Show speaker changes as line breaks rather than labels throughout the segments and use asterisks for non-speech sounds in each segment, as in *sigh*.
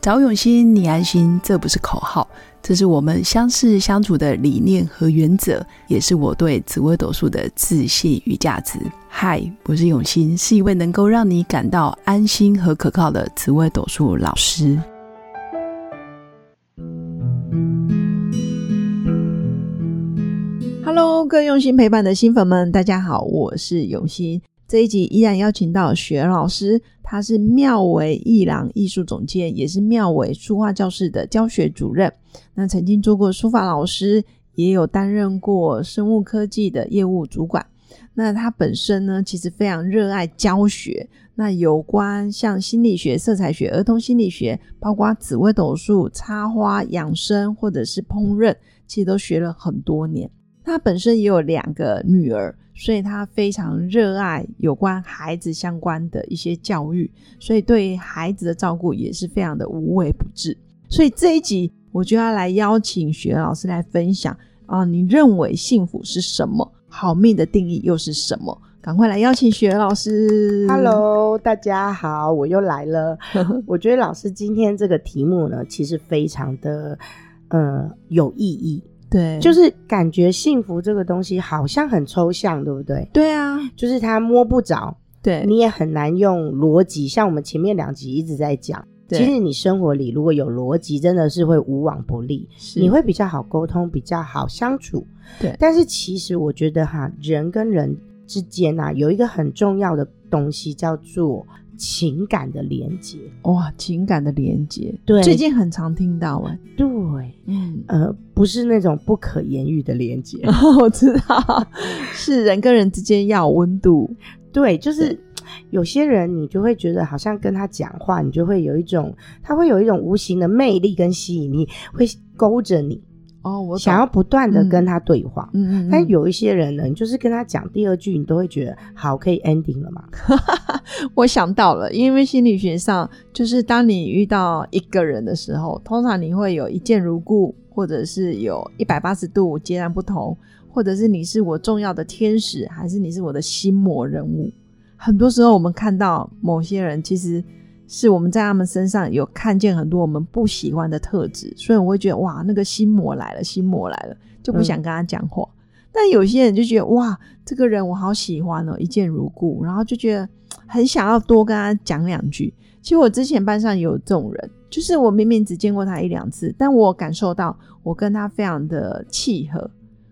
找永新，你安心，这不是口号，这是我们相识相处的理念和原则，也是我对紫微斗数的自信与价值。嗨，我是永新，是一位能够让你感到安心和可靠的紫微斗数老师。
Hello，各位用心陪伴的新粉们，大家好，我是永新。这一集依然邀请到雪儿老师，他是妙维艺廊艺术总监，也是妙维书画教室的教学主任。那曾经做过书法老师，也有担任过生物科技的业务主管。那他本身呢，其实非常热爱教学。那有关像心理学、色彩学、儿童心理学，包括紫微斗数、插花、养生或者是烹饪，其实都学了很多年。他本身也有两个女儿，所以他非常热爱有关孩子相关的一些教育，所以对孩子的照顾也是非常的无微不至。所以这一集我就要来邀请雪儿老师来分享啊，你认为幸福是什么？好命的定义又是什么？赶快来邀请雪儿老师。
Hello，大家好，我又来
*laughs*
了。我觉得老师今天这个题目呢，其实非常的呃有意义。
对，
就是感觉幸福这个东西好像很抽象，对不对？
对啊，
就是它摸不着，
对，
你也很难用逻辑。像我们前面两集一直在讲，
对
其实你生活里如果有逻辑，真的是会无往不利，
是
你会比较好沟通，比较好相处。
对
但是其实我觉得哈，人跟人之间啊，有一个很重要的东西叫做情感的连接。
哇，情感的连接，
对
最近很常听到哎、
对，
嗯，
呃，不是那种不可言喻的连接。
*laughs* 我知道，是人跟人之间要有温度，
对，就是有些人你就会觉得好像跟他讲话，你就会有一种他会有一种无形的魅力跟吸引力，会勾着你，
哦，我懂
想要，不断的
嗯
跟他对话。
嗯嗯，嗯
但有一些人呢，你就是跟他讲第二句，你都会觉得好，可以 ending 了嘛？
我想到了，因为心理学上就是当你遇到一个人的时候，通常你会有一见如故，或者是有一百八十度截然不同，或者是你是我重要的天使，还是你是我的心魔人物。很多时候，我们看到某些人，其实是我们在他们身上有看见很多我们不喜欢的特质，所以我会觉得哇，那个心魔来了，心魔来了，就不想跟他讲话。但有些人就觉得哇，这个人我好喜欢哦，一见如故，然后就觉得嘖很想要多跟他讲两句。其实我之前班上也有这种人，就是我明明只见过他一两次，但我感受到我跟他非常的契合，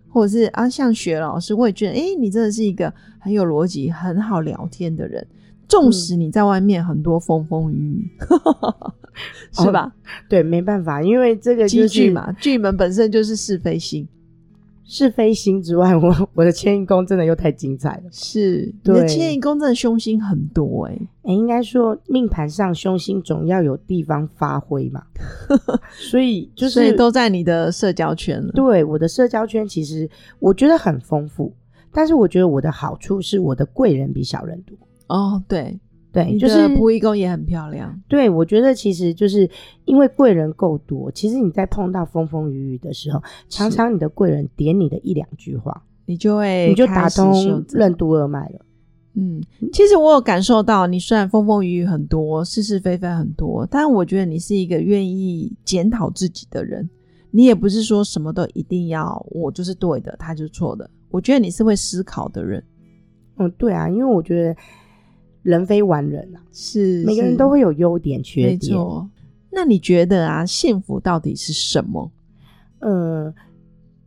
或者是啊，像雪老师，我也觉得，哎、你真的是一个很有逻辑、很好聊天的人，纵使
嗯
你在外面很多风风雨 *laughs* 雨，是
哦
吧？
对，没办法，因为这个
机
就
剧
是
嘛，剧本本身就是是非心，
是非心之外，我我的迁移宫真的又太精彩了。
是你的
对
迁移宫真的凶星很多哎、
哎、应该说命盘上凶星总要有地方发
*laughs*
挥嘛，所以就
所以
是
都在你的社交圈了。
对我的社交圈，其实我觉得很丰富，但是我觉得我的好处是我的贵人比小人多。
哦，对，
对，
你
就
的
是
仆役宫也很漂亮。
对我觉得其实就是因为贵人够多，其实你在碰到风风雨雨的时候，常
是
常你的贵人点你的一两句话，
你就会
你就
开
打
始修正
通任督二脉了。
嗯，其实我有感受到，你虽然风风雨雨很多，是是非非很多，但我觉得你是一个愿意检讨自己的人。你也不是说什么都一定要我就是对的，他就是错的。我觉得你是会思考的人，
嗯，对啊，因为我觉得人非完人啊，
是
每个人都会有优点缺
没
点。
错。那你觉得啊，幸福到底是什么？
呃，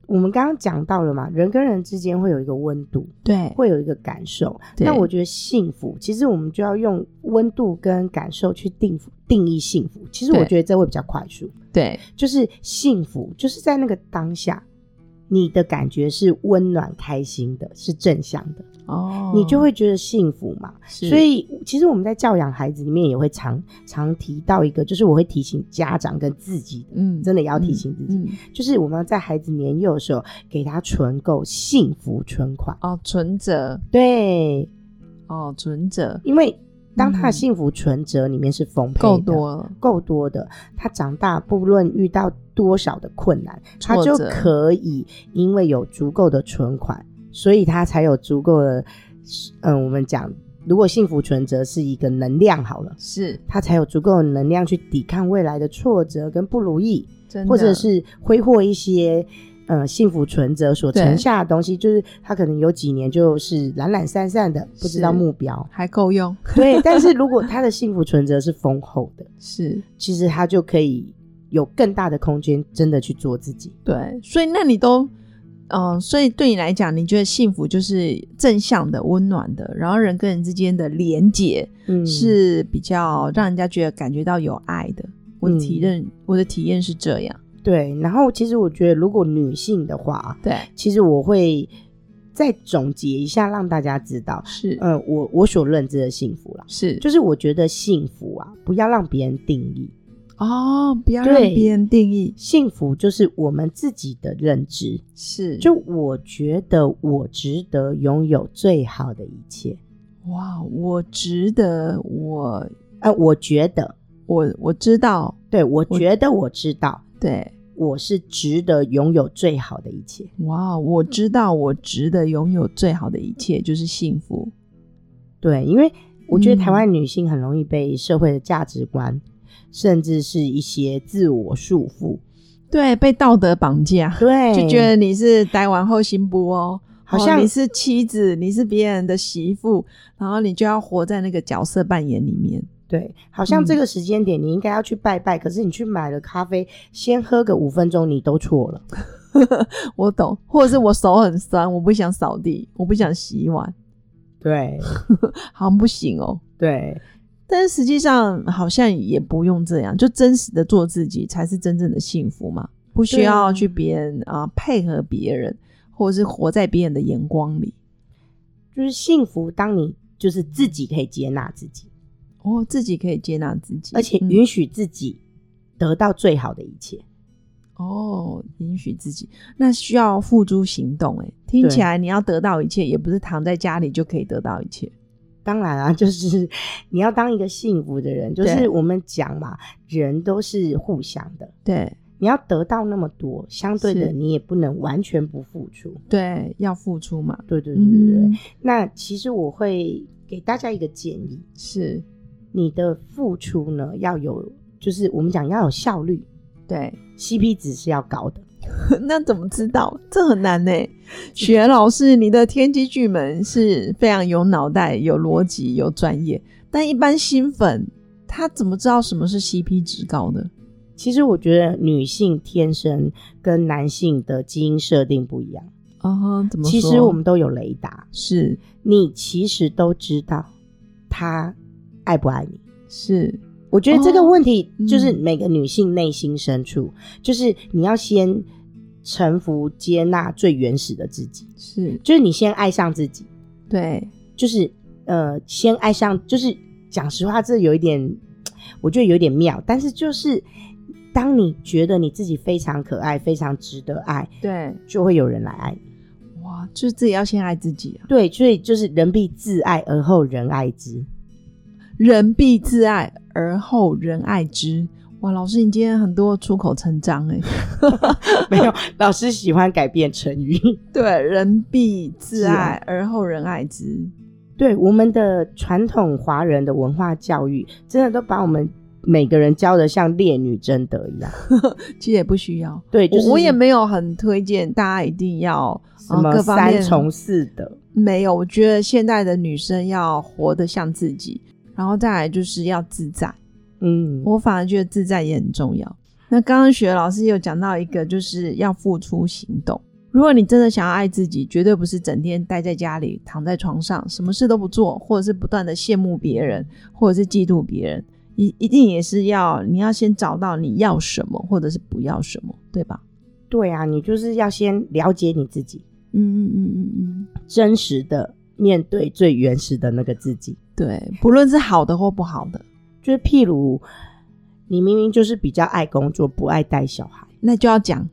我们刚刚讲到了嘛，人跟人之间会有一个温度，
对，
会有一个感受。
对
那我觉得幸福，其实我们就要用温度跟感受去定定义幸福。其实
对
我觉得这会比较快速，
对，
就是幸福就是在那个当下。你的感觉是温暖、开心的，是正向的，
哦，
你就会觉得幸福嘛。
是，
所以，其实我们在教养孩子里面也会常常提到一个，就是我会提醒家长跟自己，
嗯
真的也要提醒自己，
嗯嗯
就是我们要在孩子年幼的时候给他存够幸福存款。
哦，存折
对，
哦，存折
因为当
嗯
他的幸福存折里面是丰沛的
够多了，
够多的，他长大不论遇到多少的困难，他
挫
就
折
可以因为有足够的存款，所以他才有足够的，嗯，我们讲如果幸福存折是一个能量好了，
是
它才有足够的能量去抵抗未来的挫折跟不如意，
真的，
或者是挥霍一些。呃，幸福存折所
对
存下的东西，就是它可能有几年就是懒懒散散的，不知道
是
目标。
还够用，
对，但是如果他的幸福存折是丰厚
*laughs*
的，
是
其实他就可以有更大的空间，真的去做自己。
对，所以那你都，嗯、所以对你来讲，你觉得幸福就是正向的、温暖的，然后人跟人之间的连结
嗯，
是比较让人家觉得感觉到有爱的。我的
嗯
体认，我的体验是这样，
对。然后，其实我觉得，如果女性的话，
对，
其实我会再总结一下，让大家知道，
是、
呃，我我所认知的幸福啦，
是，
就是我觉得幸福啊，不要让别人定义，
哦，不要让
对
别人定义，
幸福就是我们自己的认知。
是
就我觉得，我值得拥有最好的一切。
哇，我值得，我
呃，我觉得，
我我知道，
对我觉得我知道。
对，
我是值得拥有最好的一切。
哇，我知道我值得拥有最好的一切，就是幸福，
对，因为我觉
嗯
得台湾女性很容易被社会的价值观，甚至是一些自我束缚。
对，被道德绑架，
对，
就觉得你是待完后心不哦。
哎好
哦
像
你是妻子，你是别人的媳妇，然后你就要活在那个角色扮演里面。
对，好像
嗯
这个时间点你应该要去拜拜，可是你去买了咖啡，先喝个五分钟，你都错了。
我懂，或者是我手很酸，我不想扫地，我不想洗碗，
对
好像不行哦。
对
但是实际上好像也不用这样，就真实的做自己才是真正的幸福嘛，不需
对啊
要去别人啊、配合别人，或者是活在别人的眼光里。
就是幸福，当你就是自己可以接纳自己，
哦，自己可以接纳自己，
而且
嗯
允许自己得到最好的一切。
哦，允许自己，那需要付诸行动。哎，听起
对
来你要得到一切，也不是躺在家里就可以得到一切。
当然啊， *laughs* 就是你要当一个幸福的人，就
对
是我们讲嘛，人都是互相的。
对
你要得到那么多，相对的
是
你也不能完全不付出。
对，要付出嘛。
对对对对对。
嗯，
那其实我会给大家一个建议，
是
你的付出呢要有，就是我们讲要有效率
对。 *laughs*
，CP 值是要高的。
那怎么知道？这很难 *laughs* 呢、雪老师，你的天机巨门是非常有脑袋、有逻辑、有专业，但一般新粉他怎么知道什么是 CP 值高的？
其实我觉得女性天生跟男性的基因设定不一样，
啊、怎么说？
其实我们都有雷达，
是
你其实都知道他爱不爱你。
是
我觉得这个问题
嗯
就是每个女性内心深处，就是你要先臣服、接纳最原始的自己，
是，
就是你先爱上自己，
对，
就是呃，先爱上，就是讲实话，这有一点，我觉得有点妙，但是就是当你觉得你自己非常可爱、非常值得爱，
对，
就会有人来爱你。
哇，就是自己要先爱自己啊，
对，所以就是人必自爱而后人爱之。 *laughs*
人必自爱而后人爱之。哇，老师，你今天很多出口成章
*laughs*
哎、
没有，老师喜欢改变成语。 *laughs*
对，人必自
自爱
爱而后人爱之。
对我们的传统华人的文化教育，真的都把我们每个人教的像烈女贞德一样。
其实也不需要，
对，就是
我我也没有很推荐大家一定要
什么
呃各方面
三从四德，
没有，我觉得现代的女生要活得像自己，然后再来就是要自在。
嗯，
我反而觉得自在也很重要。那刚刚雪老师有讲到一个，就是要付出行动。如果你真的想要爱自己，绝对不是整天待在家里、躺在床上，什么事都不做，或者是不断的羡慕别人，或者是嫉妒别人，一一定也是要你要先找到你要什么，或者是不要什么，对吧？
对啊，你就是要先了解你自己，
嗯嗯嗯嗯嗯。
真实的面对最原始的那个自己。
对，不论是好的或不好的，
就是譬如，你明明就是比较爱工作，不爱带小
*laughs*
孩，
那就要讲。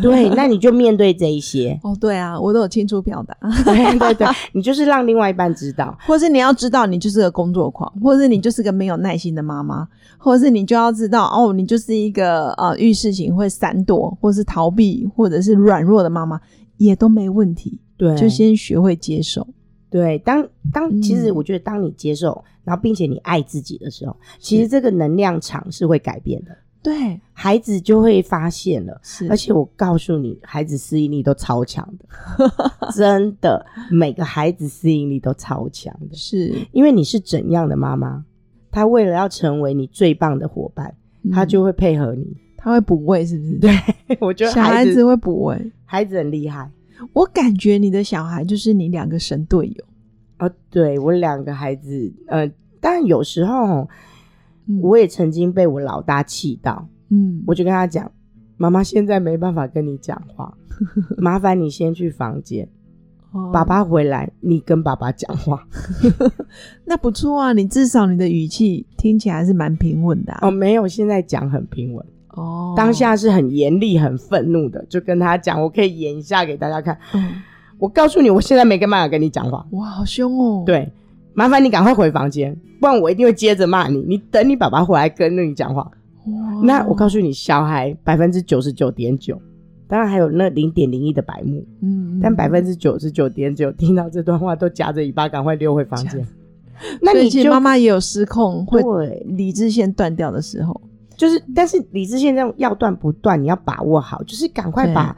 对，那你就面对这
*laughs*。
一些
哦，对啊，我都有清楚表达。
对对对，你就是让另外一半知
*laughs*
道，
或是你要知道，你就是个工作狂，或是你就是个没有耐心的妈妈，或是你就要知道，哦，你就是一个呃遇事情会闪躲，或是逃避，或者是软弱的妈妈，也都没问题，
对，
就先学会接受。
对，当当其实
嗯
我觉得，当你接受，然后并且你爱自己的时候，其实这个能量场是会改变的，
对，
孩子就会发现了。
是，
而且我告诉你，孩子适应力都超强的， *laughs* 真的，每个孩子适应力都超强的。
是
因为你是怎样的妈妈，他为了要成为你最棒的伙伴，他
嗯
就会配合你。 *laughs*
他会补位，是不 *laughs* 是？对，
我觉得
小
孩
孩
子
子会补位。
孩子很厉害
我感觉你的小孩就是你两个神队友，
哦。对我两个孩子，呃，但有时候哦
嗯
我也曾经被我老大气到，
嗯，
我就跟他讲：“妈妈现在没办法跟你讲
*laughs*
话，麻烦你先去房间，
哦
爸爸回来你跟爸爸讲话。”
那不错啊，你至少你的语气听起来是蛮平稳的啊、
哦，没有，现在讲很平稳，
哦
当下是很严厉、很愤怒的，就跟他讲，我可以演一下给大家看。
嗯
我告诉你，我现在没跟办法跟你讲话，
哇，好凶哦。，
对，麻烦你赶快回房间，不然我一定会接着骂你。你等你爸爸回来跟你讲话。
哦
那我告诉你，小孩百分之九十九点九，当然还有那零点零一的白目，
嗯，嗯
但百分之九十九点九听到这段话都夹着尾巴赶快溜回房间。那
所以
你
其
就
实妈妈也有失控，会
对，
理智线断掉的时候。
就是，但是理智线这样要断不断，你要把握好，就是赶快
对
把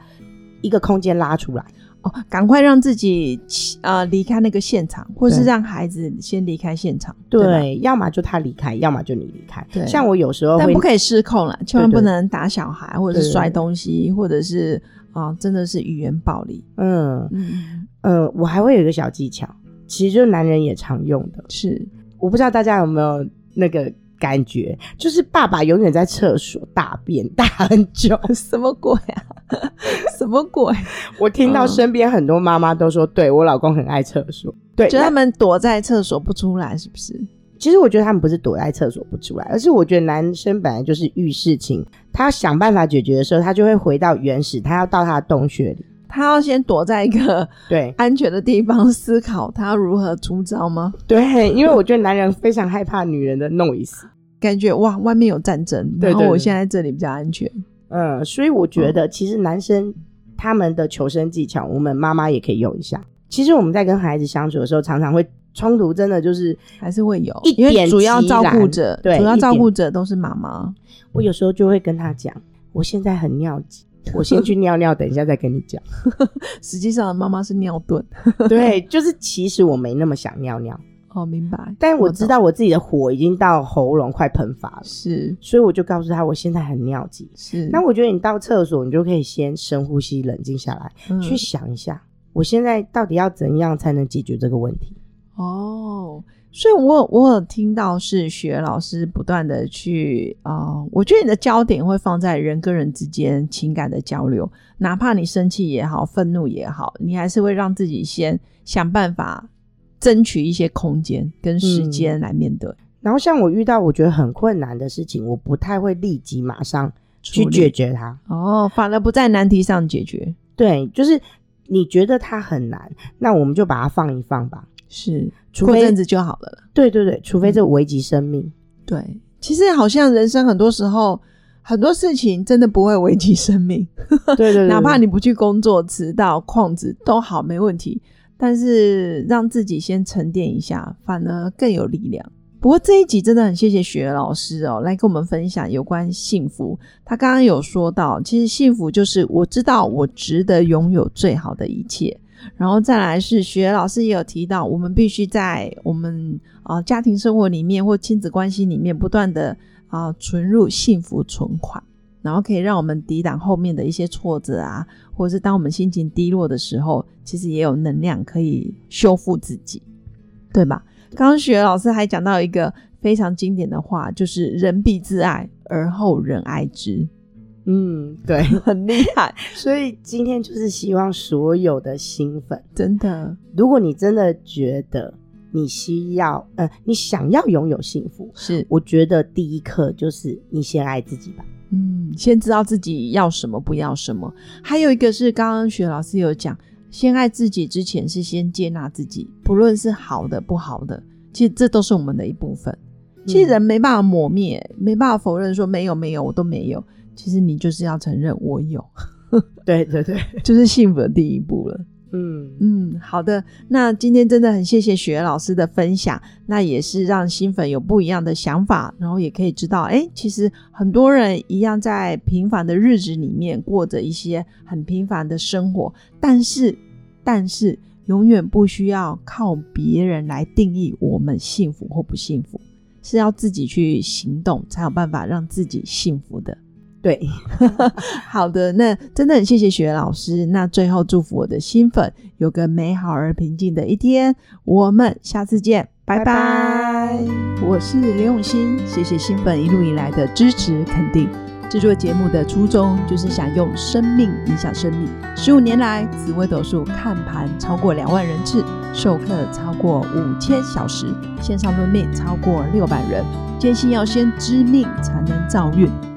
一个空间拉出来。
哦，赶快让自己呃离开那个现场，或是
对
让孩子先离开现场，
对，
吧
要么就他离开，要么就你离开。
对
像我有时候
但
会
不可以失控了，千万
对对
不能打小孩，或者
对
是
对
摔
对
东西，或者是啊、真的是语言暴力。
嗯
嗯，
呃，我还会有一个小技巧，其实就是男人也常用的。 *laughs*
是
我不知道大家有没有那个感觉，就是爸爸永远在厕所大便大很久。
什么鬼 *laughs* 啊？什么鬼？
*laughs* 我听到
嗯
身边很多妈妈都说，对我老公很爱厕所。对，
就
那
他们躲在厕所不出来，是不是？
其实我觉得他们不是躲在厕所不出来，而是我觉得男生本来就是遇事情，他要想办法解决的时候，他就会回到原始，他要到他的洞穴里。
他要先躲在一个
对
安全的地方思考他要如何出招吗？
对，因为我觉得男人非常害怕女人的 noise，
感觉哇，外面有战争，
对
然后
对
我
对
现在这里比较安全。
嗯，所以我觉得其实男生他们的求生技巧，我们妈妈也可以用一下。其实我们在跟孩子相处的时候，常常会冲突，真的就是
还是会有，
一
因为
点
主要
即
照顾
然
者，
对
主要
一
照
点
顾者都是妈妈。
我有时候就会跟他讲，我现在很尿急，我先去尿尿，等一下再跟你
*laughs*
讲。
实际上，妈妈是尿遁。
对，就是其实我没那么想尿尿。
哦，明白。
但我知
懂
道我自己的火已经到喉咙快喷发了，
是
所以我就告诉他我现在很尿急。
是，
那我觉得你到厕所，你就可以先深呼吸，冷静下来，
嗯
去想一下，我现在到底要怎样才能解决这个问题？
哦。所以我有，我有听到是学老师不断的去啊、呃我觉得你的焦点会放在人跟人之间情感的交流，哪怕你生气也好，愤怒也好，你还是会让自己先想办法争取一些空间跟时
嗯
间来面对、
然后像我遇到我觉得很困难的事情，我不太会立即马上去
处理
解决它。
哦，反而不在难题上解决，
对，就是你觉得它很难，那我们就把它放一放吧。
是
除
过
非
阵子就好了啦。
对对对，除非这危及生命。
对，其实好像人生很多时候很多事情真的不会危及生命， *laughs*
对对对
嗯
对，
哪怕你不去工作、迟到、旷职都好，没问题。但是让自己先沉淀一下，反而更有力量。不过这一集真的很谢谢雪儿老师哦，来跟我们分享有关幸福。他刚刚有说到，其实幸福就是我知道我值得拥有最好的一切。然后再来是雪儿老师也有提到，我们必须在我们啊、呃家庭生活里面或亲子关系里面不断的啊、呃存入幸福存款，然后可以让我们抵挡后面的一些挫折啊，或者是当我们心情低落的时候，其实也有能量可以修复自己，对吧？刚刚雪儿老师还讲到一个非常经典的话，就是“人必自爱，而后人爱之
嗯，
*laughs*
对，”，
很厉害，
所以今天就是希望所有的新粉，
真 *laughs* 的
如果你真的觉得你需要，呃，你想要拥有幸福，
是
我觉得第一课就是你先爱自己吧。
嗯，先知道自己要什么，不要什么。还有一个是刚刚雪老师有讲，先爱自己之前是先接纳自己，不论是好的不好的，其实这都是我们的一部分。其
嗯
实人没办法抹灭，没办法否认说没有没有我都没有，其实你就是要承认我有， *laughs*
嗯对对对，
就是幸福的第一步了。
嗯，
嗯，好的。那今天真的很谢谢雪儿老师的分享，那也是让新粉有不一样的想法，然后也可以知道，哎，其实很多人一样在平凡的日子里面过着一些很平凡的生活，但是，但是永远不需要靠别人来定义我们幸福或不幸福，是要自己去行动才有办法让自己幸福的。
对，
*laughs* 好的，那真的很谢谢雪老师。那最后祝福我的新粉有个美好而平静的一天。我们下次见，拜拜。
拜拜
我是刘永新，
谢谢新粉一路以来的支持肯定。制作节目的初衷就是想用生命影响生命。十五年来，紫微斗数看盘超过两万人次，授课超过五千小时，线上论命超过六百人。坚信要先知命才能造运，